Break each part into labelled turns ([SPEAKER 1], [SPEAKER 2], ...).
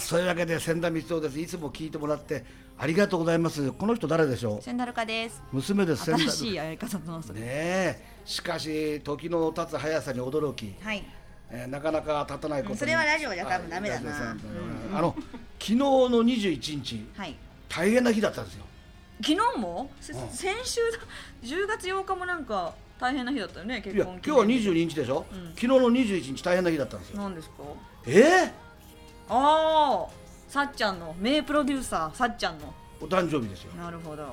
[SPEAKER 1] そういうわけで千田光雄ですいつも聞いてもらってありがとうございますこの人誰でしょ
[SPEAKER 2] センダルカです。
[SPEAKER 1] う娘です千
[SPEAKER 2] 新
[SPEAKER 1] 田
[SPEAKER 2] しいやり方のそれ。
[SPEAKER 1] ねえしかし時の経つ速さに驚き、
[SPEAKER 3] はい。
[SPEAKER 1] えーなかなか立たないことに
[SPEAKER 3] それはラジオじゃ多分ダメだな
[SPEAKER 1] はいラジオさんうんあの昨日の21日
[SPEAKER 3] はい。
[SPEAKER 1] 大変な日だったんですよ
[SPEAKER 2] 昨日も、せ
[SPEAKER 1] うん
[SPEAKER 2] 先週だ10月8日もなんか大変な日だったよね
[SPEAKER 1] い
[SPEAKER 2] 結
[SPEAKER 1] や
[SPEAKER 2] 婚
[SPEAKER 1] 今日は
[SPEAKER 2] 記念
[SPEAKER 1] 22日でしょ、
[SPEAKER 2] うん
[SPEAKER 1] 昨日の21日大変な日だったんですよ
[SPEAKER 2] なんですか。
[SPEAKER 1] え
[SPEAKER 2] ああさっちゃんの名プロデューサーさっちゃんの。
[SPEAKER 1] ー、お誕生日ですよね
[SPEAKER 2] なるほど。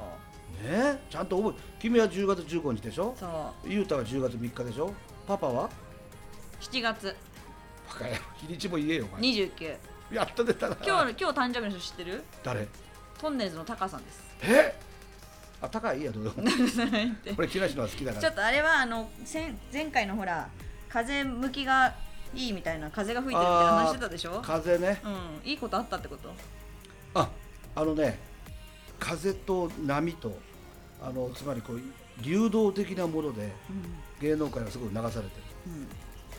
[SPEAKER 1] えちゃんと覚え君は10月15日でしょ
[SPEAKER 2] そう
[SPEAKER 1] ゆうたは10月3日でしょパパは
[SPEAKER 2] 7月
[SPEAKER 1] バカや日にちも言えよお前
[SPEAKER 2] 29。
[SPEAKER 1] やっと出たな
[SPEAKER 2] 今日の今日誕生日の人知ってる？
[SPEAKER 1] 誰
[SPEAKER 2] トンネルズのタカさんです。
[SPEAKER 1] えあ高いいやどうでも
[SPEAKER 2] ち
[SPEAKER 1] 俺木梨のは好きだか
[SPEAKER 2] ょ
[SPEAKER 1] ら
[SPEAKER 2] っとあれはあの前前回のほら風向きがいいみたいな風が吹いてるみたいな話してたでしょ。
[SPEAKER 1] 風ね
[SPEAKER 2] うんいいことあったってこと。
[SPEAKER 1] ああのね風と波とあのつまりこう流動的なもので芸能界はすごい流されてる
[SPEAKER 2] うん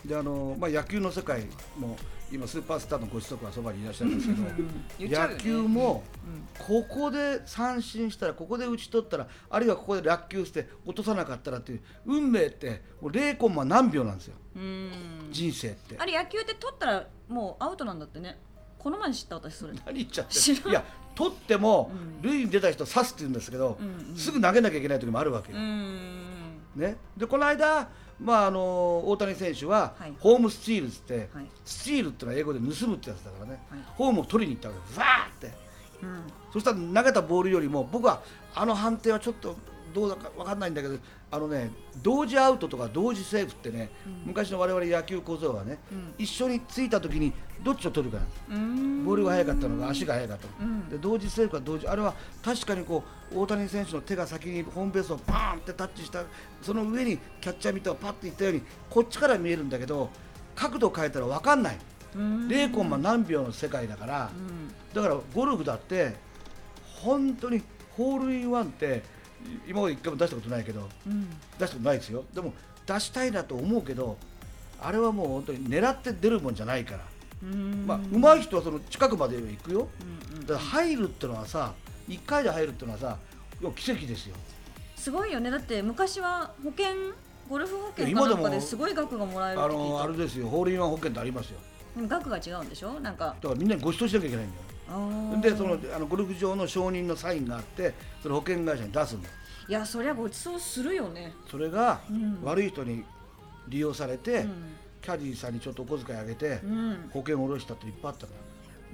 [SPEAKER 1] であの、まあ、野球の世界も今スーパースターのご子息はそばにいらっしゃるんですけ
[SPEAKER 2] 言っち
[SPEAKER 1] ど
[SPEAKER 2] ゃうよね
[SPEAKER 1] 野球も
[SPEAKER 2] うん
[SPEAKER 1] ここで三振したらここで打ち取ったらあるいはここで落球して落とさなかったらっていう運命ってもう0コンマ何秒なんですよ
[SPEAKER 2] うん
[SPEAKER 1] 人生って。
[SPEAKER 2] あれ野球って取ったらもうアウトなんだってねこの前知った私それ
[SPEAKER 1] 何言っちゃって
[SPEAKER 2] 知ら
[SPEAKER 1] る
[SPEAKER 2] ん
[SPEAKER 1] いや取っても
[SPEAKER 2] うん
[SPEAKER 1] 塁に出た人刺すって言うんですけど、
[SPEAKER 2] うんうん
[SPEAKER 1] すぐ投げなきゃいけない時もあるわけ
[SPEAKER 2] う
[SPEAKER 1] よ。
[SPEAKER 2] ん
[SPEAKER 1] ね、でこの間、まあ、あの大谷選手は、
[SPEAKER 2] はい
[SPEAKER 1] ホームスチールっつって、
[SPEAKER 2] はい
[SPEAKER 1] スチールってのは英語で盗むってやつだからね、
[SPEAKER 2] はい
[SPEAKER 1] ホームを取りに行ったわけですわーって
[SPEAKER 2] うん
[SPEAKER 1] そしたら投げたボールよりも僕はあの判定はちょっとどうだか分かんないんだけどあのね同時アウトとか同時セーフってね、昔の我々野球小僧はね、
[SPEAKER 2] うん
[SPEAKER 1] 一緒についた時にどっちを取るかなんです
[SPEAKER 2] うん
[SPEAKER 1] ボールが速かったのが足が速かったの、
[SPEAKER 2] うん
[SPEAKER 1] で同時セーフか同時あれは確かにこう大谷選手の手が先にホームベースをバーンってタッチしたその上にキャッチャーミットがパッといったようにこっちから見えるんだけど角度を変えたら分かんない、
[SPEAKER 2] うん
[SPEAKER 1] 0コンマ何秒の世界だから、
[SPEAKER 2] うん
[SPEAKER 1] だからゴルフだって本当にホールインワンってい今まで一回も出したことないけど
[SPEAKER 2] うん
[SPEAKER 1] 出したことないですよでも出したいなと思うけどあれはもう本当に狙って出るもんじゃないから。
[SPEAKER 2] うん
[SPEAKER 1] まあ、上手い人はその近くまで行くよ、
[SPEAKER 2] うんうん
[SPEAKER 1] だから入るってのはさ1回で入るってのはさいや奇跡ですよ
[SPEAKER 2] すごいよねだって昔は保険ゴルフ保険
[SPEAKER 1] いや
[SPEAKER 2] か
[SPEAKER 1] 今
[SPEAKER 2] な
[SPEAKER 1] で
[SPEAKER 2] ん
[SPEAKER 1] も
[SPEAKER 2] かですごい額がもらえ
[SPEAKER 1] あ
[SPEAKER 2] るって
[SPEAKER 1] のあれ
[SPEAKER 2] 聞い
[SPEAKER 1] ですよホールインワン保険ってありますよ
[SPEAKER 2] たでも額が違うんでしょなんか
[SPEAKER 1] だからみんなにご馳走しなきゃいけないんだ
[SPEAKER 2] あー
[SPEAKER 1] よでそのあのゴルフ場の承認のサインがあってその保険会社に出すの
[SPEAKER 2] いやそりゃごちそうするよね
[SPEAKER 1] それが
[SPEAKER 2] うん
[SPEAKER 1] 悪い人に利用されて、
[SPEAKER 2] うん
[SPEAKER 1] キャディーさんにちょっとお小遣いあげて、
[SPEAKER 2] うん
[SPEAKER 1] 保険を下ろしたっていっぱいあったか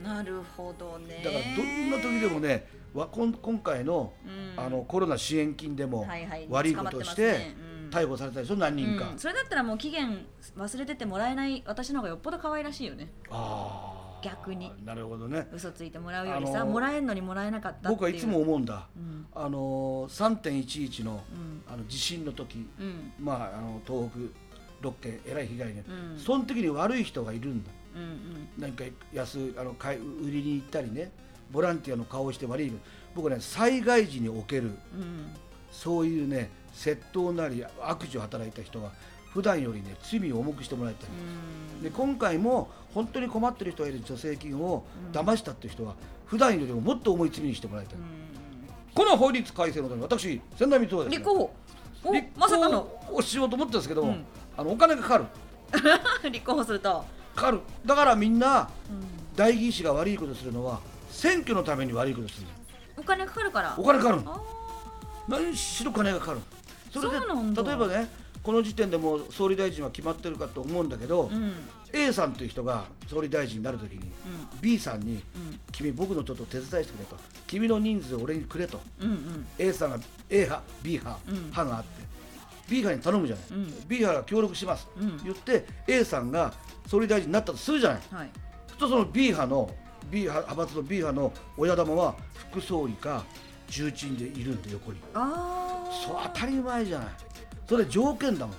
[SPEAKER 2] なるほどね
[SPEAKER 1] らだからどんな時でもねわこん今回の,、
[SPEAKER 2] うん
[SPEAKER 1] あのコロナ支援金でも
[SPEAKER 2] はいはい
[SPEAKER 1] 悪いことをして、
[SPEAKER 2] 捕まってますねうん
[SPEAKER 1] 逮捕されたでしょ何人か、
[SPEAKER 2] うん、それだったらもう期限忘れててもらえない私の方がよっぽど可愛らしいよね
[SPEAKER 1] あー
[SPEAKER 2] 逆に
[SPEAKER 1] なるほどね
[SPEAKER 2] 嘘ついてもらうよりさ、
[SPEAKER 1] あのー
[SPEAKER 2] もらえんのにもらえなかったっていう
[SPEAKER 1] 僕はいつも思うんだ、
[SPEAKER 2] うん
[SPEAKER 1] あのー3.11の,、
[SPEAKER 2] うん
[SPEAKER 1] あの地震の時、
[SPEAKER 2] うん
[SPEAKER 1] まああの東北6県えらい被害に、
[SPEAKER 2] うん
[SPEAKER 1] その時に悪い人がいるんだ
[SPEAKER 2] うんうん
[SPEAKER 1] 何か安あの買い売りに行ったりねボランティアの顔をして悪いの僕はね災害時における
[SPEAKER 2] うん
[SPEAKER 1] そういうね窃盗なり悪事を働いた人は普段よりね罪を重くしてもらいたい、で今回も本当に困ってる人がいる助成金を騙したっていう人は普段よりももっと重い罪にしてもらいたい、この法律改正のために私仙台光雄
[SPEAKER 2] うん
[SPEAKER 1] です、
[SPEAKER 2] 立候補
[SPEAKER 1] 立
[SPEAKER 2] おまさかの
[SPEAKER 1] 候補をしようと思ったんですけど、
[SPEAKER 2] うん
[SPEAKER 1] あのお金がかかる
[SPEAKER 2] 立候補すると、
[SPEAKER 1] かかるだからみんな
[SPEAKER 2] うん
[SPEAKER 1] 代議士が悪いことするのは選挙のために悪いことする
[SPEAKER 2] お金かかるから
[SPEAKER 1] お金かかるの
[SPEAKER 2] あ
[SPEAKER 1] 何しろ金がかかるそれで
[SPEAKER 2] そうなんだ
[SPEAKER 1] 例えばねこの時点でもう総理大臣は決まってるかと思うんだけど、
[SPEAKER 2] ーうん
[SPEAKER 1] A さんという人が総理大臣になるときに、B さんに、君僕のちょっと手伝いしてくれと君の人数を俺にくれと
[SPEAKER 2] うん
[SPEAKER 1] A さんが A 派 B 派、
[SPEAKER 2] うん
[SPEAKER 1] 派があって B 派に頼むじゃない、
[SPEAKER 2] うん
[SPEAKER 1] B 派が協力します、
[SPEAKER 2] うん
[SPEAKER 1] 言って A さんが総理大臣になったとするじゃない
[SPEAKER 2] うんはい
[SPEAKER 1] するとその B 派の B 派派閥の B 派の親玉は副総理か重鎮でいるんで横に
[SPEAKER 2] あー
[SPEAKER 1] そう当たり前じゃないそれ条件だもん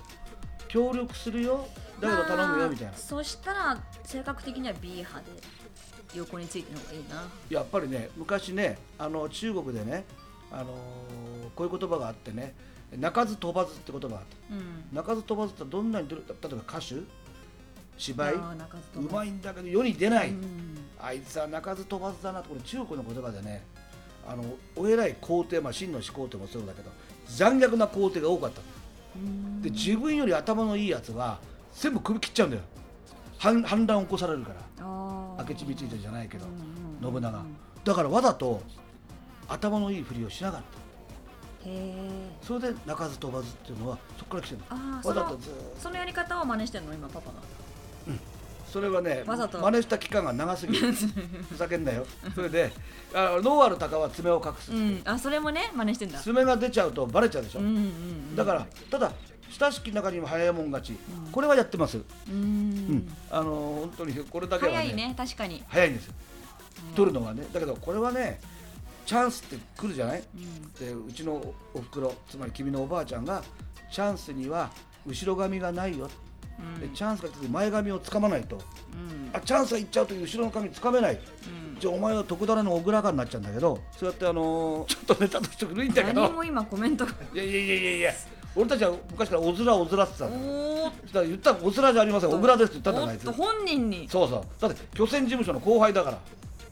[SPEAKER 1] 協力するよだけど頼むよみたいな
[SPEAKER 2] まあそしたら性格的には B 派で横についてる方がいいな
[SPEAKER 1] やっぱりね昔ねあの中国でね、あのーこういう言葉があってね鳴かず飛ばずって言葉があった
[SPEAKER 2] うん
[SPEAKER 1] 鳴かず飛ばずってどんなにどれ例えば歌手芝
[SPEAKER 2] あ
[SPEAKER 1] 居
[SPEAKER 2] ー中津
[SPEAKER 1] う
[SPEAKER 2] 友
[SPEAKER 1] まいんだけど世に出ない、
[SPEAKER 2] うん
[SPEAKER 1] あいつは鳴かず飛ばずだなとこれ中国の言葉でねあのお偉い皇帝、まあ、真の始皇帝もそうだけど残虐な皇帝が多かったで自分より頭のいいやつは全部首切っちゃうんだよ反反乱を起こされるから
[SPEAKER 2] あー
[SPEAKER 1] 明智光秀じゃないけど
[SPEAKER 2] うんうんうん
[SPEAKER 1] 信長だからわざと頭のいいふりをしなが
[SPEAKER 2] へ
[SPEAKER 1] ら
[SPEAKER 2] え
[SPEAKER 1] それで鳴かず飛ばずっていうのはそこから来てる
[SPEAKER 2] ああ
[SPEAKER 1] の
[SPEAKER 2] そ
[SPEAKER 1] わざと
[SPEAKER 2] の
[SPEAKER 1] ずーっと
[SPEAKER 2] そのやり方を真似してんの今パパが
[SPEAKER 1] それはね
[SPEAKER 2] わざと
[SPEAKER 1] 真似した期間が長すぎるふざけんなよそれであノーアルタカは爪を隠す、
[SPEAKER 2] うんあそれもね真似してんだ
[SPEAKER 1] 爪が出ちゃうとバレちゃうでしょ、
[SPEAKER 2] うんうんうん
[SPEAKER 1] だからただ親しき中にも早いもん勝ち、
[SPEAKER 2] うん
[SPEAKER 1] これはやってます、
[SPEAKER 2] う
[SPEAKER 1] うん
[SPEAKER 2] ん
[SPEAKER 1] あの本当にこれだけはね
[SPEAKER 2] 早いね確かに
[SPEAKER 1] 早いんです取るのはねだけどこれはねチャンスって来るじゃない
[SPEAKER 2] うん
[SPEAKER 1] でうちのおふくろつまり君のおばあちゃんがチャンスには後ろ髪がないよ、
[SPEAKER 2] うん
[SPEAKER 1] でチャンスが来て前髪をつかまないと
[SPEAKER 2] うん
[SPEAKER 1] あチャンスが行っちゃうと後ろの髪つかめない
[SPEAKER 2] うん
[SPEAKER 1] じゃあお前は徳田の小倉家になっちゃうんだけどそうやってあのーちょっとネタとして古いんだけ
[SPEAKER 2] 何
[SPEAKER 1] ど
[SPEAKER 2] も今コメントが
[SPEAKER 1] いやいやいやいやいや俺たちは昔から小面小面って言ったんだよ
[SPEAKER 2] おーっ
[SPEAKER 1] だから言ったら小面じゃありません
[SPEAKER 2] と
[SPEAKER 1] 小倉ですって言ったんだ
[SPEAKER 2] お
[SPEAKER 1] あ
[SPEAKER 2] っ
[SPEAKER 1] いつ
[SPEAKER 2] と本人に
[SPEAKER 1] そうそうだって漁船事務所の後輩だから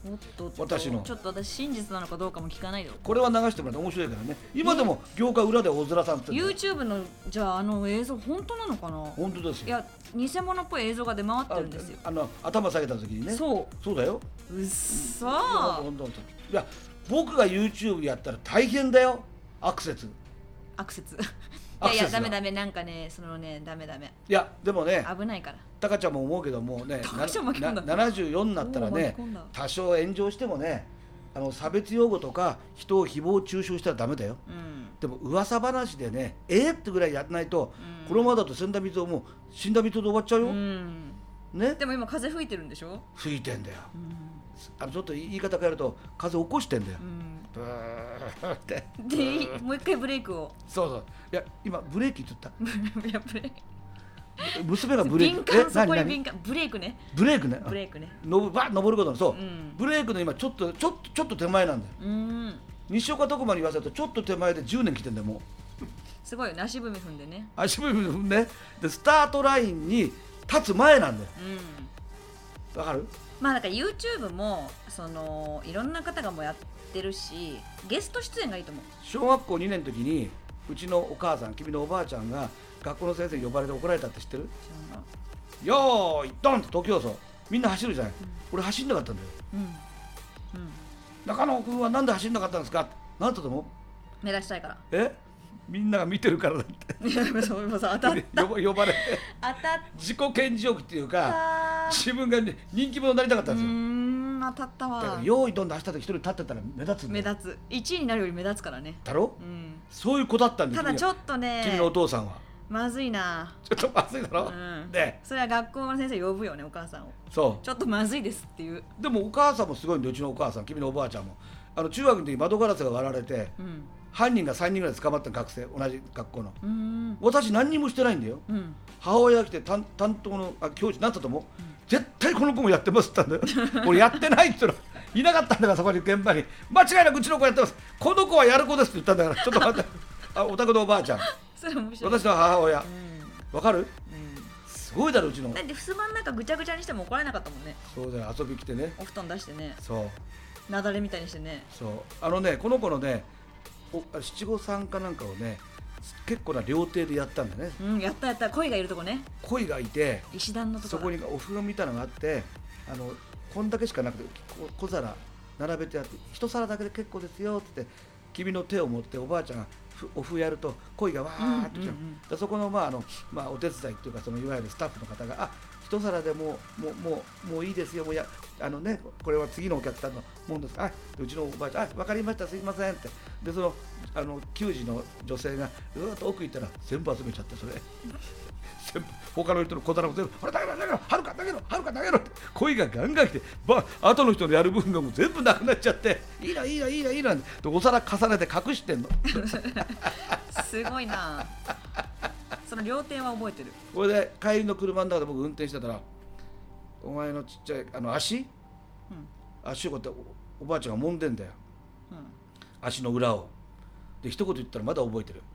[SPEAKER 2] おっとおっと
[SPEAKER 1] 私の
[SPEAKER 2] ちょっと私真実なのかどうかも聞かないで
[SPEAKER 1] これは流してもらって面白いからね今でも業界裏で小面さんって言って
[SPEAKER 2] YouTube のじゃああの映像本当なのかな
[SPEAKER 1] 本当です
[SPEAKER 2] い
[SPEAKER 1] よ
[SPEAKER 2] や偽物っぽい映像が出回ってるんですよ
[SPEAKER 1] あの頭下げた時にね
[SPEAKER 2] そ
[SPEAKER 1] そうだよ
[SPEAKER 2] ううっそ
[SPEAKER 1] 本当本当本当いや僕が YouTube やったら大変だよアクセス
[SPEAKER 2] アクセスい
[SPEAKER 1] アク
[SPEAKER 2] や
[SPEAKER 1] セス
[SPEAKER 2] い
[SPEAKER 1] だ
[SPEAKER 2] やダメダメなんかねそのねダメダメ
[SPEAKER 1] いやでもね
[SPEAKER 2] 危ないから
[SPEAKER 1] タカちゃんも思うけどもうね
[SPEAKER 2] タカちゃん巻き込んだ
[SPEAKER 1] なな74になったら
[SPEAKER 2] おー巻
[SPEAKER 1] ね
[SPEAKER 2] き込んだ
[SPEAKER 1] 多少炎上してもねあの差別用語とか人を誹謗中傷したらダメだよ
[SPEAKER 2] うん
[SPEAKER 1] でも噂話でねえー、ってぐらいやらないと、
[SPEAKER 2] うん
[SPEAKER 1] このままだと死んだ水をもう死んだ水で終わっちゃうよ、
[SPEAKER 2] うん
[SPEAKER 1] ね
[SPEAKER 2] でも今風吹いてるんでしょ
[SPEAKER 1] 吹いてんだよ
[SPEAKER 2] うん
[SPEAKER 1] あのちょっと言い方変えると風起こしてんだよ
[SPEAKER 2] う、ん
[SPEAKER 1] ブーって
[SPEAKER 2] でもう一回ブレイクを
[SPEAKER 1] そうそういや今ブレーキって言っ
[SPEAKER 2] いやブレイ
[SPEAKER 1] た娘が
[SPEAKER 2] ク
[SPEAKER 1] ブレーキ
[SPEAKER 2] 敏感
[SPEAKER 1] え
[SPEAKER 2] そこに
[SPEAKER 1] 何
[SPEAKER 2] 敏感ブレイクね
[SPEAKER 1] ブレークね
[SPEAKER 2] ブレイクね
[SPEAKER 1] のば登ることのそう、
[SPEAKER 2] うん
[SPEAKER 1] ブレークの今ちょっとちょっとちょっと手前なんだよ
[SPEAKER 2] うん
[SPEAKER 1] 西岡徳馬に言わせるとちょっと手前で10年来てんだよもう
[SPEAKER 2] すごいよね足踏み踏んでね
[SPEAKER 1] 足踏み踏んででスタートラインに立つ前なんだよ
[SPEAKER 2] うん
[SPEAKER 1] わかる
[SPEAKER 2] まあだから YouTube もそのいろんな方がもうやってるしゲスト出演がいいと思う
[SPEAKER 1] 小学校2年の時にうちのお母さん君のおばあちゃんが学校の先生に呼ばれて怒られたって知ってるよーいドンって徒競走みんな走るじゃない、俺走んなかったんだよ
[SPEAKER 2] うん、うん、
[SPEAKER 1] 中野君はなんで走んなかったんですかなんだと思う
[SPEAKER 2] 目立ちたいから
[SPEAKER 1] えみんなが見てるからだって
[SPEAKER 2] いやそう今さ当たっ
[SPEAKER 1] 呼ば呼ばれて
[SPEAKER 2] 当たっ
[SPEAKER 1] 自己顕示欲っていうか
[SPEAKER 2] た
[SPEAKER 1] 自分が、ね、人気者になりたかっ
[SPEAKER 2] う
[SPEAKER 1] たんですよ
[SPEAKER 2] ーん当たった
[SPEAKER 1] だか
[SPEAKER 2] わ
[SPEAKER 1] ら用意どんどん走った時一人立ってたら目立つんだ
[SPEAKER 2] 目
[SPEAKER 1] よ
[SPEAKER 2] 立つ1位になるより目立つからね
[SPEAKER 1] だろ
[SPEAKER 2] うん
[SPEAKER 1] そういう子だったんです
[SPEAKER 2] ただちょっと
[SPEAKER 1] 君
[SPEAKER 2] ね
[SPEAKER 1] のお父さんは
[SPEAKER 2] まずいな
[SPEAKER 1] ちょっとまずいだ
[SPEAKER 2] う
[SPEAKER 1] ろ、
[SPEAKER 2] ん
[SPEAKER 1] ね
[SPEAKER 2] それは学校の先生呼ぶよねお母さんを
[SPEAKER 1] そう
[SPEAKER 2] ちょっとまずいですっていう
[SPEAKER 1] でもお母さんもすごいんでうちのお母さん君のおばあちゃんもあの中学の時窓ガラスが割られて
[SPEAKER 2] うん
[SPEAKER 1] 犯人が3人ぐらい捕まった学生同じ学校の
[SPEAKER 2] うーん
[SPEAKER 1] 私何にもしてないんだよ
[SPEAKER 2] うん
[SPEAKER 1] 母親が来て担担当のあ教師になったと思う、絶対この子もやってますって言ったんだ よ俺やってないって言ったらいなかったんだからそこに現場に間違いなくうちの子やってますこの子はやる子ですって言ったんだからちょっと待ってあお宅のおばあちゃん
[SPEAKER 2] それ面白い
[SPEAKER 1] 私の母親
[SPEAKER 2] うん
[SPEAKER 1] わかる
[SPEAKER 2] うん
[SPEAKER 1] すごいだろうちの
[SPEAKER 2] だって襖の中ぐちゃぐちゃにしても怒られなかったもんね
[SPEAKER 1] そうだよ遊び来てね
[SPEAKER 2] お布団出してね
[SPEAKER 1] そう
[SPEAKER 2] なだれみたいにしてね
[SPEAKER 1] そうあのねこの子のねおあ七五三かなんかをね結構な料亭でやったんだよね
[SPEAKER 2] うんやったやった鯉がいるとこね
[SPEAKER 1] 鯉がいて
[SPEAKER 2] 石段のとこ
[SPEAKER 1] そこ
[SPEAKER 2] に
[SPEAKER 1] にお風呂みたいなのがあってあのこんだけしかなくてこ小皿並べてあって一皿だけで結構ですよって言って君の手を持っておばあちゃんがふお風呂やると鯉がわーっと来ちゃう
[SPEAKER 2] うんうんうん
[SPEAKER 1] でそこの,、まああのまあ、お手伝いっていうかそのいわゆるスタッフの方が「あ一皿でもうもうもうもういいですよもうやあの、ね、これは次のお客さんのもんですあうちのおばあちゃん「あわかりましたすいません」ってでそのあの給仕の女性がずーっと奥行ったら全部集めちゃってそれ。 全部他の人の小皿も全部「ほらだけろだけろはるかだけろはるかだけろ」って声がガンガン来てば後の人のやる分がもう全部なくなっちゃって「いいないいないいないいな」でお皿重ねて隠してんの
[SPEAKER 2] すごいなその料亭は覚えてる
[SPEAKER 1] これで帰りの車の中で僕運転してたら「お前のちっちゃいあの足
[SPEAKER 2] うん
[SPEAKER 1] 足をこうやっておおばあちゃんが揉んでんだよ
[SPEAKER 2] うん
[SPEAKER 1] 足の裏を」で一言言ったらまだ覚えてる「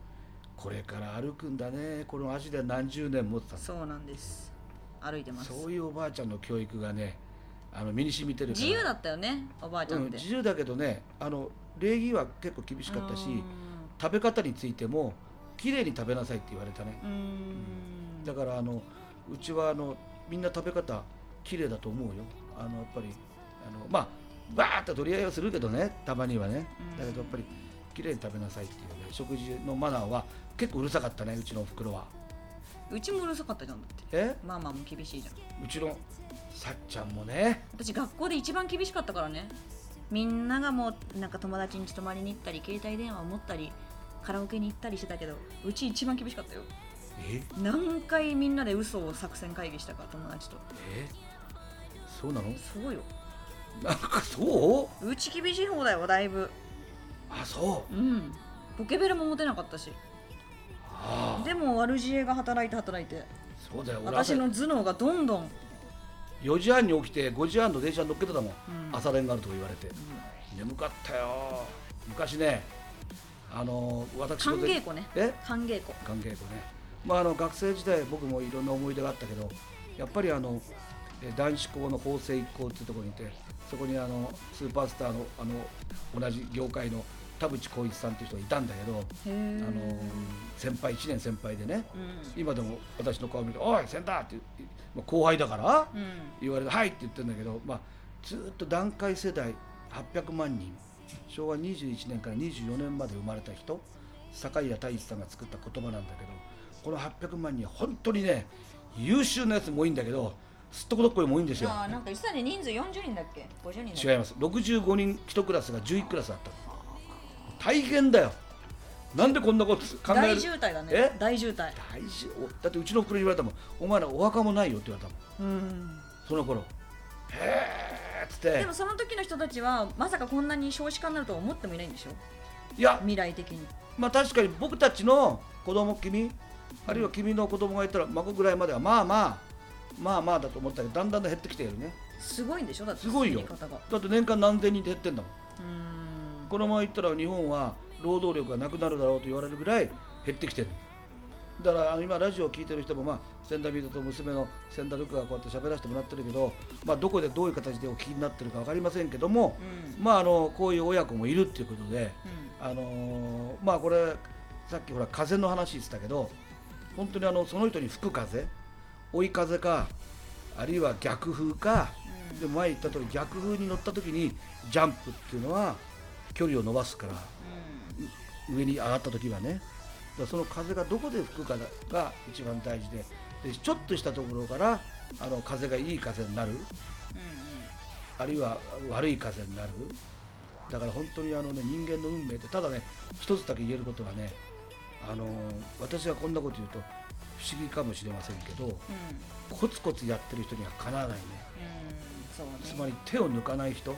[SPEAKER 1] これから歩くんだねこの足で何十年持ってたんだ
[SPEAKER 2] そうなんです歩いてます
[SPEAKER 1] そういうおばあちゃんの教育がねあの身に染みてるから
[SPEAKER 2] 自由だったよねおばあちゃ
[SPEAKER 1] うん
[SPEAKER 2] っ
[SPEAKER 1] ん、
[SPEAKER 2] て、
[SPEAKER 1] 自由だけどねあの礼儀は結構厳しかったし、
[SPEAKER 2] う
[SPEAKER 1] 食べ方についても綺麗に食べなさいって言われたね
[SPEAKER 2] ーん
[SPEAKER 1] だからあのうちはあのみんな食べ方綺麗だと思うよあのやっぱりあのまあバーッと取り合いはするけどねたまにはねだけどやっぱり綺麗に食べなさいっていうね食事のマナーは結構うるさかったねうちのおふくろは
[SPEAKER 2] うちもうるさかったじゃんだって
[SPEAKER 1] え
[SPEAKER 2] ママも厳しいじゃん
[SPEAKER 1] うちのさっちゃんもね
[SPEAKER 2] 私学校で一番厳しかったからねみんながもうなんか友達に泊まりに行ったり携帯電話を持ったりカラオケに行ったりしてたけどうち一番厳しかったよ
[SPEAKER 1] え
[SPEAKER 2] 何回みんなで嘘を作戦会議したか友達と
[SPEAKER 1] えそうなの
[SPEAKER 2] そうよ
[SPEAKER 1] なんかそう
[SPEAKER 2] うち厳しい方だよだいぶ
[SPEAKER 1] あそう
[SPEAKER 2] うんボケベルも持てなかったし
[SPEAKER 1] ああ
[SPEAKER 2] でも悪知恵が働いて働いて
[SPEAKER 1] そうだよ俺
[SPEAKER 2] 私
[SPEAKER 1] 朝
[SPEAKER 2] の頭脳がどんどん
[SPEAKER 1] 4時半に起きて5時半の電車に乗っけてたもん、
[SPEAKER 2] うん
[SPEAKER 1] 朝練があるとか言われて眠かったよ昔ねあの私
[SPEAKER 2] 寒稽
[SPEAKER 1] で
[SPEAKER 2] 古ね
[SPEAKER 1] え
[SPEAKER 2] 寒稽古
[SPEAKER 1] 関係ねまああの学生時代僕もいろんな思い出があったけどやっぱりあのえ男子校の法政一校っていうところにいてそこにあのスーパースターのあの同じ業界の田淵光一さんっていう人がいたんだけど、
[SPEAKER 2] へ
[SPEAKER 1] あの
[SPEAKER 2] え
[SPEAKER 1] 先輩1年先輩でね
[SPEAKER 2] う
[SPEAKER 1] 今でも私の顔見て「おいセンター!」ってまあ後輩だから、
[SPEAKER 2] んうん
[SPEAKER 1] 言われて「はい」って言ってるんだけど、まあ、ずーっと団塊世代800万人昭和21年から24年まで生まれた人坂井谷太一さんが作った言葉なんだけどこの800万人は本当にね優秀なやつも多いんだけどすっとこどっこいも多いんですよ
[SPEAKER 2] あーなんか言ってたね人数40人だっけ50人だっけ
[SPEAKER 1] 違います65人1クラスが11クラスだった大変だよなんでこんなこと考え
[SPEAKER 2] 大
[SPEAKER 1] る
[SPEAKER 2] 渋滞だね
[SPEAKER 1] え
[SPEAKER 2] 大渋滞
[SPEAKER 1] 大事おだってうちのおふくろに言われたもん「お前らお墓もないよ」って言われたもん
[SPEAKER 2] うん
[SPEAKER 1] その頃へえっつって
[SPEAKER 2] でもその時の人たちはまさかこんなに少子化になるとは思ってもいないんでしょ
[SPEAKER 1] いや
[SPEAKER 2] 未来的に
[SPEAKER 1] まあ確かに僕たちの子供君あるいは君の子供がいたら孫ぐらいまではまあまあまあまあだと思ったけどだんだん減ってきているね
[SPEAKER 2] すごいんでしょだって
[SPEAKER 1] すごいよ
[SPEAKER 2] 住み方が
[SPEAKER 1] だって年間何千人って減ってんだもん
[SPEAKER 2] うーん
[SPEAKER 1] このままいったら日本は労働力がなくなるだろうと言われるぐらい減ってきてるだからあの今ラジオを聞いてる人もまあ千田美人と娘の千田ルカがこうやって喋らせてもらってるけど、まあ、どこでどういう形でお聞きになってるか分かりませんけども
[SPEAKER 2] う、ん
[SPEAKER 1] まああのこういう親子もいるっていうことで。
[SPEAKER 2] うん
[SPEAKER 1] あのーまあこれさっきほら風の話言ってたけど本当にあのその人に吹く風追い風かあるいは逆風か、
[SPEAKER 2] うん
[SPEAKER 1] でも前言った通り逆風に乗った時にジャンプっていうのは距離を伸ばすからう上に上がった時はねだからその風がどこで吹くかが一番大事ででちょっとしたところからあの風がいい風になる
[SPEAKER 2] う
[SPEAKER 1] あるいは悪い風になるだから本当にあの、ね、人間の運命ってただね一つだけ言えることはね、あのー私がこんなこと言うと不思議かもしれませんけど
[SPEAKER 2] んうんうんうん
[SPEAKER 1] コツコツやってる人にはかなわないね
[SPEAKER 2] そうね
[SPEAKER 1] つまり手を抜かない人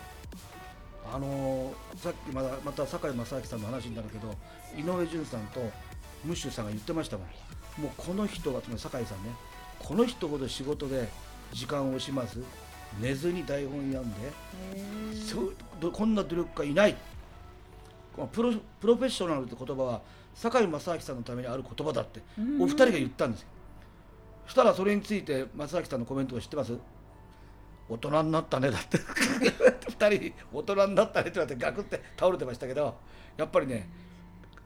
[SPEAKER 1] あのーさっきまだまた堺正明さんの話になるけど井上順さんとムッシュさんが言ってましたもんもうこの人がつまり堺さんねこの人ほど仕事で時間を惜しまず寝ずに台本読んで
[SPEAKER 2] へー
[SPEAKER 1] そうどこんな努力家いないこのプロプロフェッショナルって言葉は堺正明さんのためにある言葉だって
[SPEAKER 2] うん
[SPEAKER 1] お二人が言ったんですよそしたらそれについて正明さんのコメントを知ってます大人になったねだって 二人大人になったねってなってガクって倒れてましたけどやっぱりね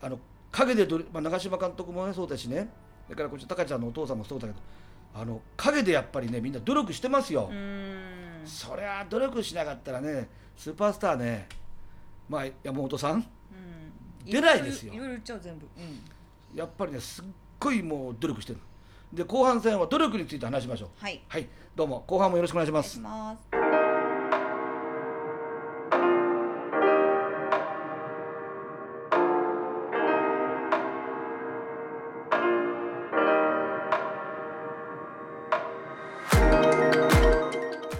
[SPEAKER 1] あの陰でどれ、まあ、長嶋監督もねそうだしねだからこっち高ちゃんのお父さんもそうだけどあの陰でやっぱりねみんな努力してますよ、
[SPEAKER 2] うーん
[SPEAKER 1] そりゃ努力しなかったらねスーパースターねまあ山本さん
[SPEAKER 2] うん
[SPEAKER 1] 出ないですよ
[SPEAKER 2] いろいろ言っちゃう全部うん
[SPEAKER 1] やっぱりねすっごいもう努力してるで後半戦は努力について話しましょう
[SPEAKER 2] はい
[SPEAKER 1] はいどうも後半もよろしくお願いし
[SPEAKER 2] お
[SPEAKER 1] ま
[SPEAKER 2] 願いし
[SPEAKER 1] す
[SPEAKER 2] ます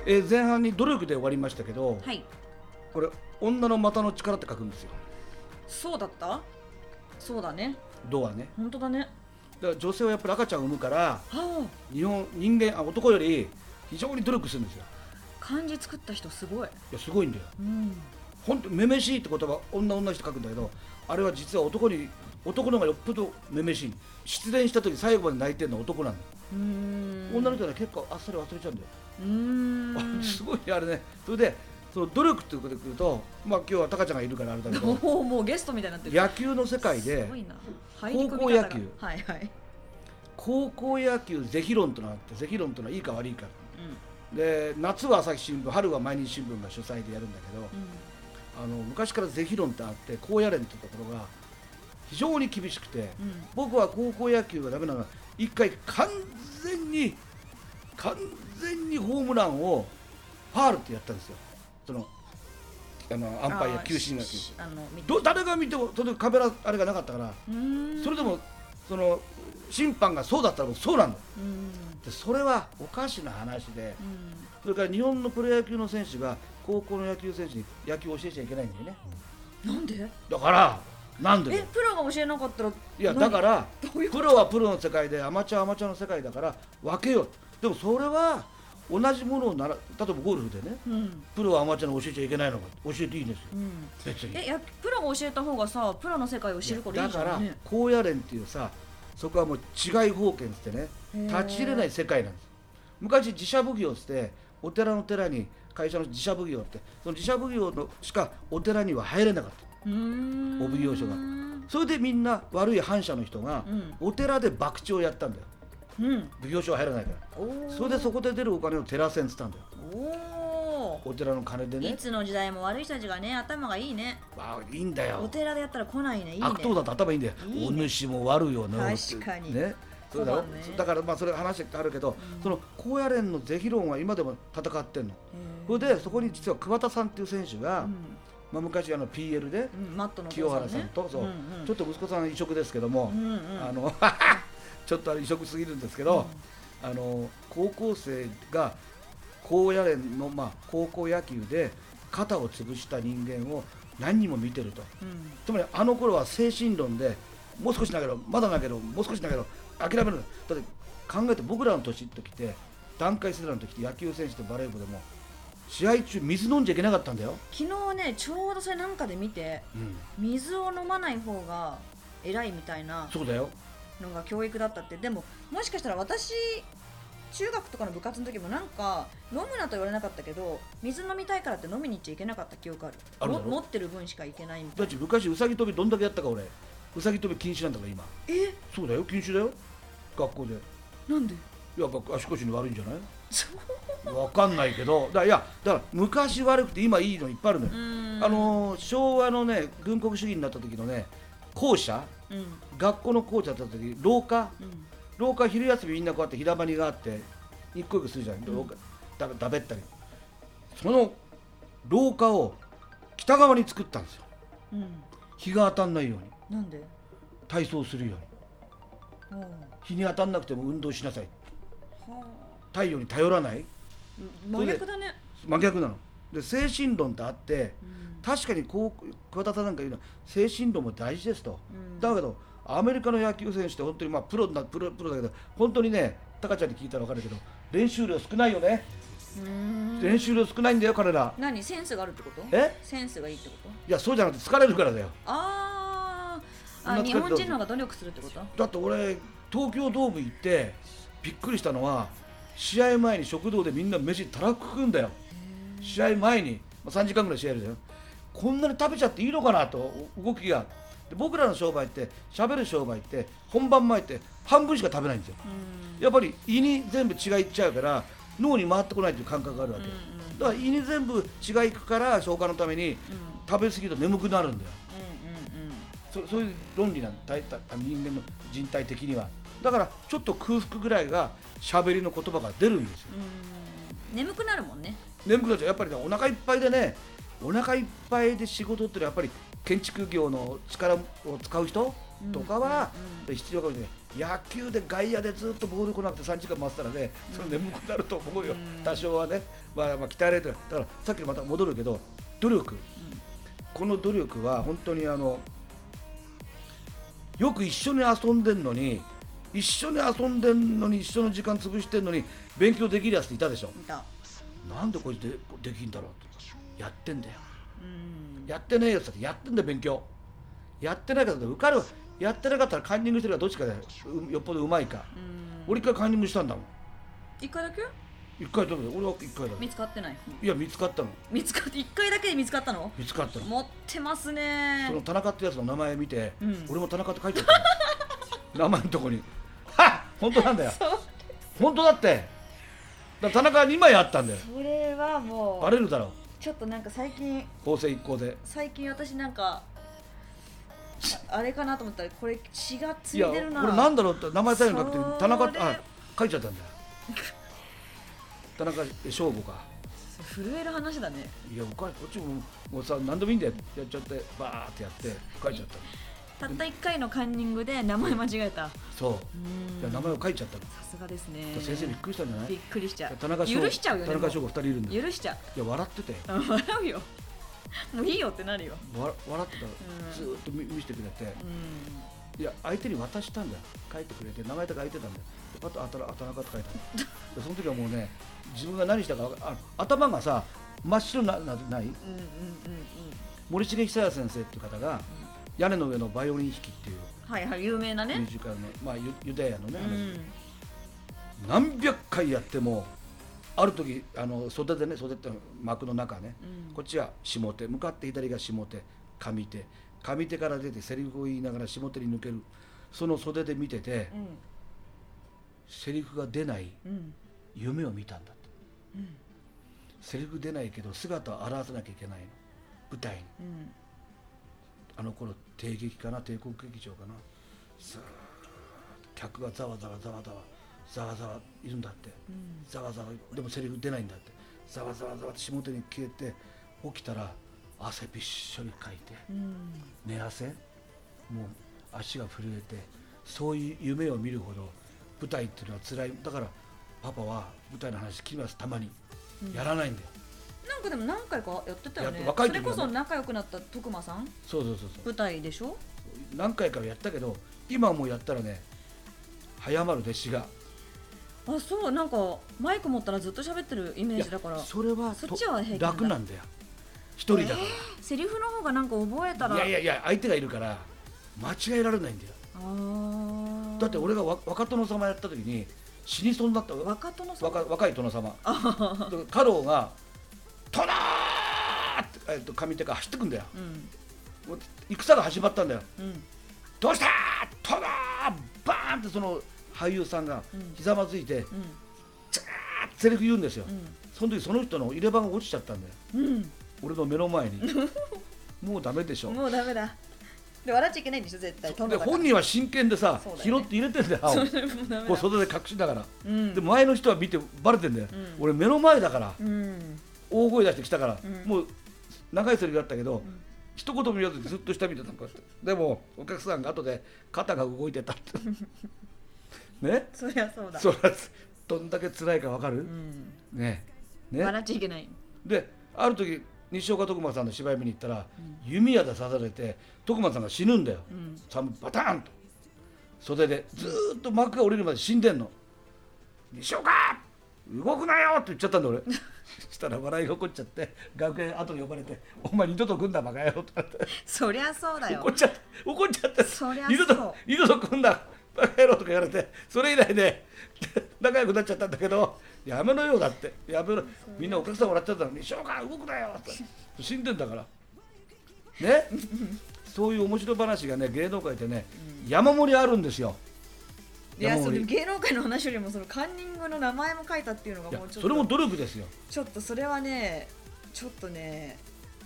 [SPEAKER 1] えー前半に努力で終わりましたけど、
[SPEAKER 2] はい
[SPEAKER 1] これ女の股の力って書くんですよ
[SPEAKER 2] そうだったそうだね
[SPEAKER 1] ドはね
[SPEAKER 2] 本当だね
[SPEAKER 1] だから女性はやっぱり赤ちゃんを産むから
[SPEAKER 2] あ
[SPEAKER 1] 日本人間あ男より非常に努力するんですよ
[SPEAKER 2] あ漢字作った人すごい
[SPEAKER 1] いやすごいんだよ
[SPEAKER 2] うん
[SPEAKER 1] 本当めめしいって言葉女女しって書くんだけどあれは実は男に男の方がよっぽどめめしい失恋した時最後まで泣いてるのは男なんだよ、
[SPEAKER 2] うーん
[SPEAKER 1] 女の人はね結構あっさり忘れちゃうんだよ
[SPEAKER 2] うーん
[SPEAKER 1] すごいねあれねそれでその努力っていうことでくるとまあ今日はタカちゃんがいるからあれだけ ど
[SPEAKER 2] もうもうゲストみたいになってる
[SPEAKER 1] 野球の世界です
[SPEAKER 2] ごいな入り込み方
[SPEAKER 1] 高校
[SPEAKER 2] が
[SPEAKER 1] 野球
[SPEAKER 2] はいはい、
[SPEAKER 1] 高校野球是非論というのがあって是非論というのはいいか悪いか
[SPEAKER 2] うん
[SPEAKER 1] で夏は朝日新聞春は毎日新聞が主催でやるんだけどあの昔から是非論ってあって高野連ってところが非常に厳しくて
[SPEAKER 2] うんうん、
[SPEAKER 1] 僕は高校野球がダメなのは一回完全に完全にホームランをファールってやったんですよそのあのアンパイア
[SPEAKER 2] あー
[SPEAKER 1] 球審が
[SPEAKER 2] しあの見て
[SPEAKER 1] ど誰が見てもそのカメラあれがなかったから
[SPEAKER 2] うーん
[SPEAKER 1] それでもその審判がそうだったら僕そうなの
[SPEAKER 2] うん
[SPEAKER 1] でそれはおかしな話で
[SPEAKER 2] うん
[SPEAKER 1] それから日本のプロ野球の選手が高校の野球選手に野球を教えちゃいけないんだよね
[SPEAKER 2] なんで
[SPEAKER 1] だからなんでだ
[SPEAKER 2] え
[SPEAKER 1] よ
[SPEAKER 2] プロが教えなかったら
[SPEAKER 1] いや
[SPEAKER 2] 何
[SPEAKER 1] だから
[SPEAKER 2] どういうこ
[SPEAKER 1] プロはプロの世界でアマチュアはアマチュアの世界だから分けようでもそれは同じものをなら例えばゴルフでね
[SPEAKER 2] とうん
[SPEAKER 1] プロはアマチュアに教えちゃいけないのか教えていいんですよ
[SPEAKER 2] うん
[SPEAKER 1] 別に
[SPEAKER 2] えいやプロが教えた方がさプロの世界を知るからい
[SPEAKER 1] だ
[SPEAKER 2] いじゃ
[SPEAKER 1] か
[SPEAKER 2] ん
[SPEAKER 1] ら
[SPEAKER 2] ね
[SPEAKER 1] 高野連っていうさそこはもう違い封建ってね
[SPEAKER 2] へー
[SPEAKER 1] 立ち入れない世界なんです昔自社奉行っつってお寺の寺に会社の自社奉行ってその自社奉行のしかお寺には入れなかった
[SPEAKER 2] うーん
[SPEAKER 1] お奉行所が
[SPEAKER 2] うん
[SPEAKER 1] それでみんな悪い反社の人が
[SPEAKER 2] うん
[SPEAKER 1] お寺で博打をやったんだよ奉行所は入らないから
[SPEAKER 2] おー
[SPEAKER 1] それでそこで出るお金を寺銭っつったんだよ
[SPEAKER 2] おー
[SPEAKER 1] お寺の金で
[SPEAKER 2] い
[SPEAKER 1] ね
[SPEAKER 2] つの時代も悪い人たちがね頭がいいね
[SPEAKER 1] まあいいんだ
[SPEAKER 2] お
[SPEAKER 1] よ
[SPEAKER 2] 寺でやったら来ないねいいね
[SPEAKER 1] 悪党だと頭いいんだよ
[SPEAKER 2] いいね
[SPEAKER 1] お主も悪よな
[SPEAKER 2] 確かに
[SPEAKER 1] ねそうだよ
[SPEAKER 2] そうだね
[SPEAKER 1] だからまあそれ話してあるけど、その高野連の是非論は今でも戦ってんの
[SPEAKER 2] へー
[SPEAKER 1] それでそこに実は桑田さんっていう選手が、
[SPEAKER 2] うん
[SPEAKER 1] まあ、昔あの PL で
[SPEAKER 2] うんマットのお父
[SPEAKER 1] 清原
[SPEAKER 2] ね
[SPEAKER 1] さんとそう、
[SPEAKER 2] うんうん
[SPEAKER 1] ちょっと息子さん異色ですけども、
[SPEAKER 2] うんうん
[SPEAKER 1] あの ちょっとあれ異色すぎるんですけど、あの高校生が高野連の、まあ、高校野球で肩を潰した人間を何人も見てると
[SPEAKER 2] うん
[SPEAKER 1] つまりあの頃は精神論でもう少しだけどまだだけどもう少しだけど諦めるなだって考えて僕らの年の時って団塊世代の時って野球選手とバレー部でも試合中水飲んじゃいけなかったんだよ、
[SPEAKER 2] 昨日ねちょうどそれなんかで見て水を飲まない方が偉いみたいな
[SPEAKER 1] そうだよ
[SPEAKER 2] のが教育だったってでももしかしたら私中学とかの部活の時もなんか飲むなと言われなかったけど水飲みたいからって飲みに行っちゃいけなかった記憶ある
[SPEAKER 1] あるだ
[SPEAKER 2] も
[SPEAKER 1] ろ
[SPEAKER 2] 持ってる分しかいけないみた
[SPEAKER 1] だ
[SPEAKER 2] い
[SPEAKER 1] っ
[SPEAKER 2] な
[SPEAKER 1] て昔うさぎ跳びどんだけやったか俺うさぎ跳び禁止なんだから今
[SPEAKER 2] え
[SPEAKER 1] そうだよ禁止だよ学校でい
[SPEAKER 2] なんで
[SPEAKER 1] や学校足腰に悪いんじゃない
[SPEAKER 2] そう
[SPEAKER 1] わかんないけどだいやだから昔悪くて今いいのいっぱいあるのよ、あのー昭和のね軍国主義になった時のね校舎
[SPEAKER 2] うんうん
[SPEAKER 1] 学校の校舎だった時廊下
[SPEAKER 2] うん
[SPEAKER 1] 廊下昼休みみんなこうやってひだまりがあって一個一個するじゃん廊下だだべったりその廊下を北側に作ったんですよ
[SPEAKER 2] うん
[SPEAKER 1] 日が当たんないように
[SPEAKER 2] なんで
[SPEAKER 1] 体操するように
[SPEAKER 2] おう
[SPEAKER 1] 日に当たんなくても運動しなさい
[SPEAKER 2] は
[SPEAKER 1] 太陽に頼らない
[SPEAKER 2] あ真逆だね
[SPEAKER 1] 真逆なので精神論ってあって
[SPEAKER 2] うん
[SPEAKER 1] 確かにこう桑田さんなんか言うのは精神論も大事ですと、
[SPEAKER 2] うん
[SPEAKER 1] だけどアメリカの野球選手って本当にまあプロなプロプロだけど本当にねタカちゃんに聞いたら分かるけど練習量少ないよね、
[SPEAKER 2] うーん
[SPEAKER 1] 練習量少ないんだよ彼ら
[SPEAKER 2] 何センスがあるってこと
[SPEAKER 1] え
[SPEAKER 2] センスがいいってこと
[SPEAKER 1] いやそうじゃなくて疲れるからだよ
[SPEAKER 2] あー
[SPEAKER 1] そんな疲
[SPEAKER 2] あ
[SPEAKER 1] れ
[SPEAKER 2] 日
[SPEAKER 1] た
[SPEAKER 2] 本人の方が努力するってこと
[SPEAKER 1] だって俺東京ドーム行ってびっくりしたのは試合前に食堂でみんな飯たらく食うんだよ試合前に、まあ、3時間ぐらい試合やるじゃんこんなに食べちゃっていいのかなとお動きがで僕らの商売って喋る商売って本番前って半分しか食べないんですよ
[SPEAKER 2] うん
[SPEAKER 1] やっぱり胃に全部血がいっちゃうから脳に回ってこないという感覚があるわけ、
[SPEAKER 2] うんうん
[SPEAKER 1] だから胃に全部血がいくから消化のために
[SPEAKER 2] うん
[SPEAKER 1] 食べ過ぎると眠くなるんだよ
[SPEAKER 2] うんうんうん
[SPEAKER 1] そそういう論理なんだいたい人間の人体的にはだからちょっと空腹ぐらいが喋りの言葉が出るんですよ
[SPEAKER 2] うん眠くなるもんね
[SPEAKER 1] 眠くなっちゃうやっぱりねお腹いっぱいでねお腹いっぱいで仕事ってのはやっぱり建築業の力を使う人とかは
[SPEAKER 2] う
[SPEAKER 1] 必要かもしれない野球で外野でずっとボール来なくて3時間待ってたらねそれ眠くなると思うよ
[SPEAKER 2] うん
[SPEAKER 1] 多少はねまあまあ鍛えられてるだからさっきのまた戻るけど努力この努力は本当にあのよく一緒に遊んでんのに一緒に遊んでんのに一緒の時間潰してんのに勉強できるやつっていたでしょ
[SPEAKER 2] 見た
[SPEAKER 1] なんでこいつでできんだろうとやってんだよ
[SPEAKER 2] うん
[SPEAKER 1] やってねえよって言ったらやってんだよ勉強やってないからだって受かるやってなかったらカンニングしてるかどっちかだようよっぽどうまいか
[SPEAKER 2] うん
[SPEAKER 1] 俺一回カンニングしたんだもん
[SPEAKER 2] 一回だけ
[SPEAKER 1] 一回だけ俺は一回だけ
[SPEAKER 2] 見つかってない
[SPEAKER 1] いや見つかったの
[SPEAKER 2] 見つかって一回だけで見つかったの
[SPEAKER 1] 見つかったの
[SPEAKER 2] 持ってますね
[SPEAKER 1] その田中ってやつの名前見て、
[SPEAKER 2] うん
[SPEAKER 1] 俺も田中って書いてあったの名前のとこにはっ本当なんだよ
[SPEAKER 2] そう
[SPEAKER 1] 本当だってだから田中は2枚あったんだよ
[SPEAKER 2] それはもう
[SPEAKER 1] バレるだろう
[SPEAKER 2] ちょっとなんか最近
[SPEAKER 1] 構成一行で
[SPEAKER 2] 最近私なんかああれかなと思ったらこれ血がつ
[SPEAKER 1] い
[SPEAKER 2] い
[SPEAKER 1] や
[SPEAKER 2] てるな
[SPEAKER 1] これなんだろうって名前さえなくて
[SPEAKER 2] それ
[SPEAKER 1] 田中ってあ書いちゃったんだよ田中勝負か
[SPEAKER 2] 震える話だね
[SPEAKER 1] いやおかこっちももうさ何でもいいんだよやっちゃってバーってやって書いちゃった
[SPEAKER 2] た
[SPEAKER 1] の
[SPEAKER 2] った1回のカンニングで名前間違えた
[SPEAKER 1] そう
[SPEAKER 2] ん
[SPEAKER 1] う、いや名前を書いちゃったの
[SPEAKER 2] さすがですね
[SPEAKER 1] だから先生びっくりしたんじゃない
[SPEAKER 2] びっくりしちゃう
[SPEAKER 1] 田中翔
[SPEAKER 2] 許しちゃうよね
[SPEAKER 1] 田中翔
[SPEAKER 2] も
[SPEAKER 1] 吾2人いるんだ
[SPEAKER 2] う
[SPEAKER 1] よ
[SPEAKER 2] 許しちゃ
[SPEAKER 1] いや笑ってて
[SPEAKER 2] う笑うよもういいよってなるよ
[SPEAKER 1] わ笑ってたら
[SPEAKER 2] うん
[SPEAKER 1] ずーっと見見せてくれて
[SPEAKER 2] うん
[SPEAKER 1] いや相手に渡したんだよ書いてくれて名前とか書いてたんだよでパッとあたら「あたなか」って書いて あるでその時はもうね自分が何したかわかあ頭がさ真っ白にななない
[SPEAKER 2] うんうんうん
[SPEAKER 1] 森重久彌先生っていう方が「屋根の上のバイオリン弾き」っていう
[SPEAKER 2] うんはいはい有名な
[SPEAKER 1] ミュ
[SPEAKER 2] ね
[SPEAKER 1] ージカルの、まあ、ユユダヤの
[SPEAKER 2] う
[SPEAKER 1] ね、
[SPEAKER 2] ん
[SPEAKER 1] 話何百回やってもある時あの袖でね袖って幕の中ね
[SPEAKER 2] うん
[SPEAKER 1] こっちは下手向かって左が下手上手上手から出てセリフを言いながら下手に抜けるその袖で見てて
[SPEAKER 2] うん
[SPEAKER 1] セリフが出ない
[SPEAKER 2] うん
[SPEAKER 1] 夢を見たんだって
[SPEAKER 2] うん
[SPEAKER 1] セリフ出ないけど姿を現さなきゃいけないの舞台に
[SPEAKER 2] うん
[SPEAKER 1] あの頃帝劇かな帝国劇場かなさあ客がざわざわざわざわざわざわいるんだって
[SPEAKER 2] うん
[SPEAKER 1] ざわざわでもセリフ出ないんだってざわざわざわって下手に消えて起きたら汗びっしょりかいて
[SPEAKER 2] うん
[SPEAKER 1] 寝汗もう足が震えてそういう夢を見るほど舞台っていうのは辛いだからパパは舞台の話聞きますたまに、
[SPEAKER 2] うん
[SPEAKER 1] やらないんだよ
[SPEAKER 2] なんかでも何回かやってたよね
[SPEAKER 1] やっ若い
[SPEAKER 2] それ
[SPEAKER 1] 時はね
[SPEAKER 2] こそ仲良くなった徳間さん
[SPEAKER 1] そうそうそうそう
[SPEAKER 2] 舞台でしょ
[SPEAKER 1] 何回かやったけど今もうやったらね早まる弟子が
[SPEAKER 2] あそうなんかマイク持ったらずっと喋ってるイメ
[SPEAKER 1] い
[SPEAKER 2] ー
[SPEAKER 1] や
[SPEAKER 2] ジだから
[SPEAKER 1] それは
[SPEAKER 2] そっ
[SPEAKER 1] と
[SPEAKER 2] ちは平気なんだ
[SPEAKER 1] 楽なんだよ一人だか
[SPEAKER 2] セリフの方がなんか覚えた
[SPEAKER 1] ら、
[SPEAKER 2] ら
[SPEAKER 1] いやいやいや相手がいるから間違えられないんだよ
[SPEAKER 2] あー
[SPEAKER 1] だって俺がわ若殿様やった時に死にそうになった
[SPEAKER 2] 若殿さん
[SPEAKER 1] 若若い殿様家老が「殿!」って、えっと、上手から走ってくんだよ
[SPEAKER 2] うん
[SPEAKER 1] もう戦が始まったんだよ
[SPEAKER 2] うん
[SPEAKER 1] 「どうした殿!」バーンってその俳優さんが
[SPEAKER 2] うん
[SPEAKER 1] ひざまずいて、
[SPEAKER 2] うん
[SPEAKER 1] あーセリフ言うんですよ、
[SPEAKER 2] う
[SPEAKER 1] その時その人の入れ歯が落ちちゃったんだよ
[SPEAKER 2] ん
[SPEAKER 1] 俺の目の 前にもうダメでし
[SPEAKER 2] う
[SPEAKER 1] ょ
[SPEAKER 2] んもうダメだで笑っちゃいけないんでしょ絶対
[SPEAKER 1] で本人は真剣でさ、
[SPEAKER 2] そうだよ
[SPEAKER 1] 拾っ
[SPEAKER 2] ね
[SPEAKER 1] て入れてんだよ
[SPEAKER 2] そ
[SPEAKER 1] 青
[SPEAKER 2] うでもダメ
[SPEAKER 1] こ
[SPEAKER 2] だ
[SPEAKER 1] う袖で隠しながら、
[SPEAKER 2] うん
[SPEAKER 1] で前の人は見てバレてんだよ、
[SPEAKER 2] うん
[SPEAKER 1] 俺目の前だから
[SPEAKER 2] うん
[SPEAKER 1] 大声出してきたから、
[SPEAKER 2] うん
[SPEAKER 1] もう長いセリフだったけど、
[SPEAKER 2] ん
[SPEAKER 1] 一言も言わずにずっと下見てたのこうやってでもお客さんが後で肩が動いてたって ね
[SPEAKER 2] そりゃそうだ
[SPEAKER 1] それはどんだけ辛いかわか
[SPEAKER 2] う
[SPEAKER 1] る、
[SPEAKER 2] ん
[SPEAKER 1] ねね
[SPEAKER 2] 笑っちゃいけない
[SPEAKER 1] である時西岡徳馬さんの芝居見に行ったら、弓矢で刺されて徳馬さんが死ぬんだよ、
[SPEAKER 2] うん
[SPEAKER 1] さんバターンと袖でずーっと幕が降りるまで死んでんの「西岡動くなよ!」って言っちゃった んだ俺したら笑いが起こっちゃって楽屋後に呼ばれて「お前二度と来んなバカ野郎」とかって
[SPEAKER 2] そりゃそうだよ
[SPEAKER 1] 怒っちゃって怒っちゃって
[SPEAKER 2] そりゃ
[SPEAKER 1] 二度
[SPEAKER 2] そう
[SPEAKER 1] と二度と来んなバカ野郎とか言われてそれ以来で仲良くなっちゃったんだけどやめろよだってやめろみんなお客さん笑っちゃったのに「西岡動くなよ!」って死んでんだからねそういう面白い話がね芸能界でね山盛りあるんですよ
[SPEAKER 2] いや
[SPEAKER 1] 山
[SPEAKER 2] それ
[SPEAKER 1] 盛り
[SPEAKER 2] 芸能界の話よりもそのカンニングの名前も書いたっていうの
[SPEAKER 1] い
[SPEAKER 2] が
[SPEAKER 1] や
[SPEAKER 2] もうちょっと
[SPEAKER 1] それも努力ですよ
[SPEAKER 2] ちょっとそれはねちょっとね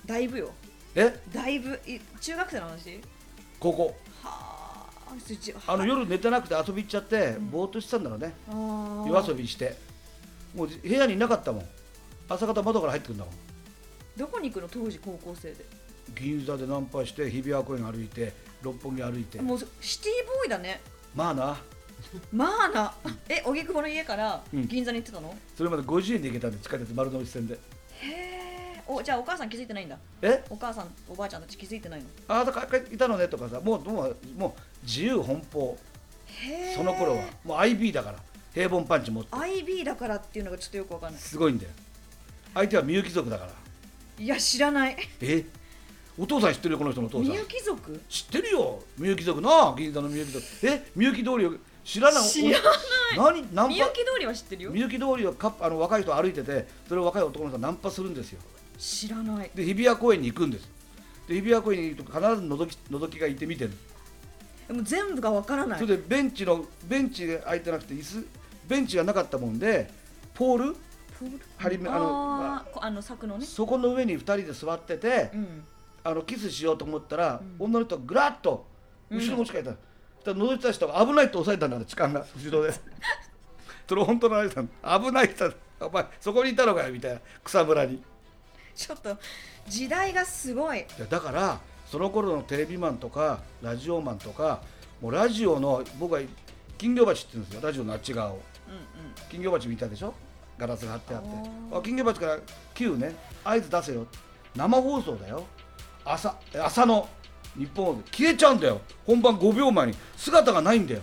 [SPEAKER 2] だいぶよ
[SPEAKER 1] え
[SPEAKER 2] だいぶい中学生の話
[SPEAKER 1] ここ
[SPEAKER 2] はあそちは
[SPEAKER 1] あの夜寝てなくて遊び行っちゃってぼーっとしてたんだろうね
[SPEAKER 2] あー
[SPEAKER 1] 夜遊びしてもう部屋にいなかったもん朝方窓から入ってくるんだもん
[SPEAKER 2] どこに行くの当時高校生で
[SPEAKER 1] 銀座でナンパして日比谷公園歩いて六本木歩いて
[SPEAKER 2] もうシティボーイだね
[SPEAKER 1] まあな
[SPEAKER 2] まあなえ荻窪の家から
[SPEAKER 1] うん
[SPEAKER 2] 銀座に行ってたの、
[SPEAKER 1] それまで50円で行けたんで地下鉄丸の内線で
[SPEAKER 2] へえおじゃあお母さん気づいてないんだ
[SPEAKER 1] え
[SPEAKER 2] お母さんおばあちゃんたち気づいてないの
[SPEAKER 1] あなたかいたのねとかさもうもうもう自由奔放
[SPEAKER 2] へえ
[SPEAKER 1] その頃はもう IB だから平凡パンチ持って
[SPEAKER 2] IB だからっていうのがちょっとよくわかんない
[SPEAKER 1] すごいんだよ相手はみゆき族だから
[SPEAKER 2] いや知らない
[SPEAKER 1] えお父さん知ってるよこの人のお父さん
[SPEAKER 2] みゆき族
[SPEAKER 1] 知ってるよみゆき族なあ銀座のみゆき族えみゆき通りを知らない
[SPEAKER 2] 知ら
[SPEAKER 1] ない何ナン
[SPEAKER 2] みゆき通りは知ってる
[SPEAKER 1] パ
[SPEAKER 2] よ
[SPEAKER 1] みゆき通りをカップあの若い人歩いててそれを若い男の人がナンパするんですよ
[SPEAKER 2] 知らない
[SPEAKER 1] で日比谷公園に行くんですで日比谷公園に行くと必ずのぞきのぞきがいて見てる
[SPEAKER 2] でも全部がわからない
[SPEAKER 1] それでベンチのベンチが空いてなくて椅子ベンチがなかったもんでポール
[SPEAKER 2] ポール
[SPEAKER 1] 張り目あの
[SPEAKER 2] あーこあの柵のね
[SPEAKER 1] そこの上に2人で座ってて
[SPEAKER 2] うん
[SPEAKER 1] あのキスしようと思ったら、
[SPEAKER 2] うん
[SPEAKER 1] 女の人がぐらっと後ろ持ち帰った、そしたら覗いてた人が危ないと押さえたんだよ痴漢が後 ろでそれ本当のあれだ危ないって言ったらお前そこにいたのかよみたいな草むらにい
[SPEAKER 2] ちょっと時代がすごい
[SPEAKER 1] やだからその頃のテレビマンとかラジオマンとかもうラジオの僕は金魚鉢って言うんですよラジオのあっち側を
[SPEAKER 2] うんうん
[SPEAKER 1] 金魚鉢見たでしょガラスが張ってあって
[SPEAKER 2] あー
[SPEAKER 1] あ金魚鉢から「Q ね合図出せよ」生放送だよ朝え朝の日本放送消えちゃうんだよ本番5秒前に姿がないんだよ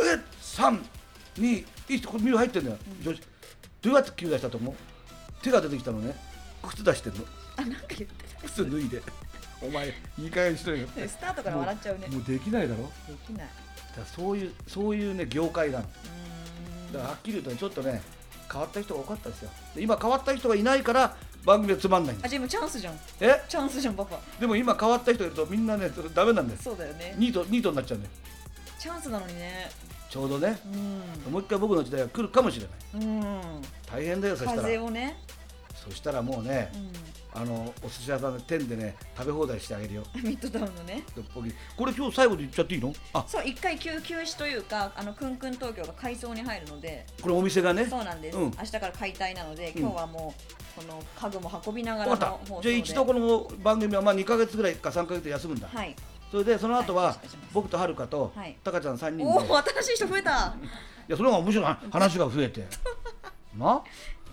[SPEAKER 1] え三321ってこれ見る入ってんだよ、女子どうやって Q 出したと思う手が出てきたのね靴出してんの
[SPEAKER 2] あなんか言って
[SPEAKER 1] 靴脱いでお前いい加減にしといよ
[SPEAKER 2] たねスタートから笑っちゃうね
[SPEAKER 1] もうできないだろだか
[SPEAKER 2] できない
[SPEAKER 1] らそういうそういうね業界なんだ
[SPEAKER 2] うーん
[SPEAKER 1] だからはっきり言うとねちょっとね変わった人が多かったですよで今変わった人がいないから番組はつまんないんで
[SPEAKER 2] あ
[SPEAKER 1] す
[SPEAKER 2] じゃあ今チャンスじゃん
[SPEAKER 1] え
[SPEAKER 2] チャンスじゃんパパ
[SPEAKER 1] でも今変わった人いるとみんなねそれダメなんです
[SPEAKER 2] そうだよね
[SPEAKER 1] ニートニートになっちゃうんだよ
[SPEAKER 2] チャンスなのにね
[SPEAKER 1] ちょうどね
[SPEAKER 2] う
[SPEAKER 1] もう一回僕の時代が来るかもしれない
[SPEAKER 2] ん、うん、
[SPEAKER 1] 大変だよそしたら
[SPEAKER 2] 風をね、
[SPEAKER 1] そしたらもうね
[SPEAKER 2] う
[SPEAKER 1] あのお寿司屋さんで天でね食べ放題してあげるよ
[SPEAKER 2] ん、ミッドタウンのね
[SPEAKER 1] 六本木これ今日最後で言っちゃっていいのあ
[SPEAKER 2] そう一回休休止というかあのくんくん東京が改装に入るので
[SPEAKER 1] これお店がね
[SPEAKER 2] そうなんです、
[SPEAKER 1] うん
[SPEAKER 2] 明日から解体なので
[SPEAKER 1] うん
[SPEAKER 2] 今日はもうこの家具も運びなが
[SPEAKER 1] 分からった
[SPEAKER 2] の放送
[SPEAKER 1] じゃあ
[SPEAKER 2] で、
[SPEAKER 1] 一度この番組はまあ2か月ぐらいか3か月休むんだ、
[SPEAKER 2] はい
[SPEAKER 1] それでその後
[SPEAKER 2] はい
[SPEAKER 1] は
[SPEAKER 2] お願いします
[SPEAKER 1] 僕とはるかと
[SPEAKER 2] はい
[SPEAKER 1] たかちゃん3人で、
[SPEAKER 2] おお新しい人増えた
[SPEAKER 1] いやそれが面白い話が増 えてな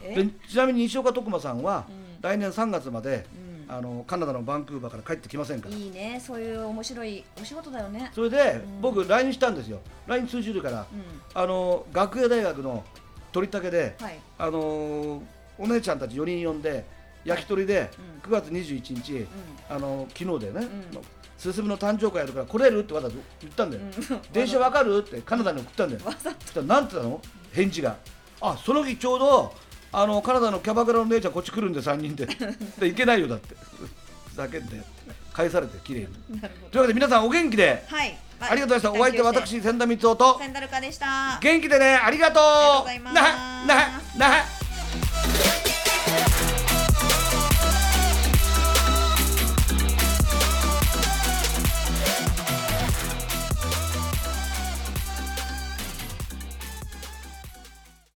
[SPEAKER 2] え
[SPEAKER 1] でちなみに西岡徳馬さんは
[SPEAKER 2] うん
[SPEAKER 1] 来年3月まで、
[SPEAKER 2] う
[SPEAKER 1] あのカナダのバンクーバーから帰ってきませんか
[SPEAKER 2] ん、
[SPEAKER 1] ら
[SPEAKER 2] いいねそういう面白いお仕事だよね
[SPEAKER 1] それで、
[SPEAKER 2] うん
[SPEAKER 1] 僕 LINE したんですよ LINE 通じるから
[SPEAKER 2] うん
[SPEAKER 1] あの学芸大学の取り立てで、
[SPEAKER 2] はい
[SPEAKER 1] あのお姉ちゃんたち4人呼んで焼き鳥で
[SPEAKER 2] うん
[SPEAKER 1] 9月21日、
[SPEAKER 2] う
[SPEAKER 1] あの昨日でね、
[SPEAKER 2] うん
[SPEAKER 1] の進むの誕生会やるから来れるってわざわざ言ったんだよ、
[SPEAKER 2] ん、
[SPEAKER 1] 電車わかるってカナダに送ったんだよ
[SPEAKER 2] わざ
[SPEAKER 1] そしたらなんて言ったの返事があその日ちょうどあのカナダのキャバクラの姉ちゃんこっち来るんで3人で で行けないよだってふざけんなよって返されて綺麗に
[SPEAKER 2] なるほど
[SPEAKER 1] というわけで皆さんお元気で
[SPEAKER 2] はい、
[SPEAKER 1] ありがとうございましたお相手は私千田光夫と
[SPEAKER 2] センダルカでした
[SPEAKER 1] 元気でねありがとう
[SPEAKER 2] ありがとうございます
[SPEAKER 1] ななな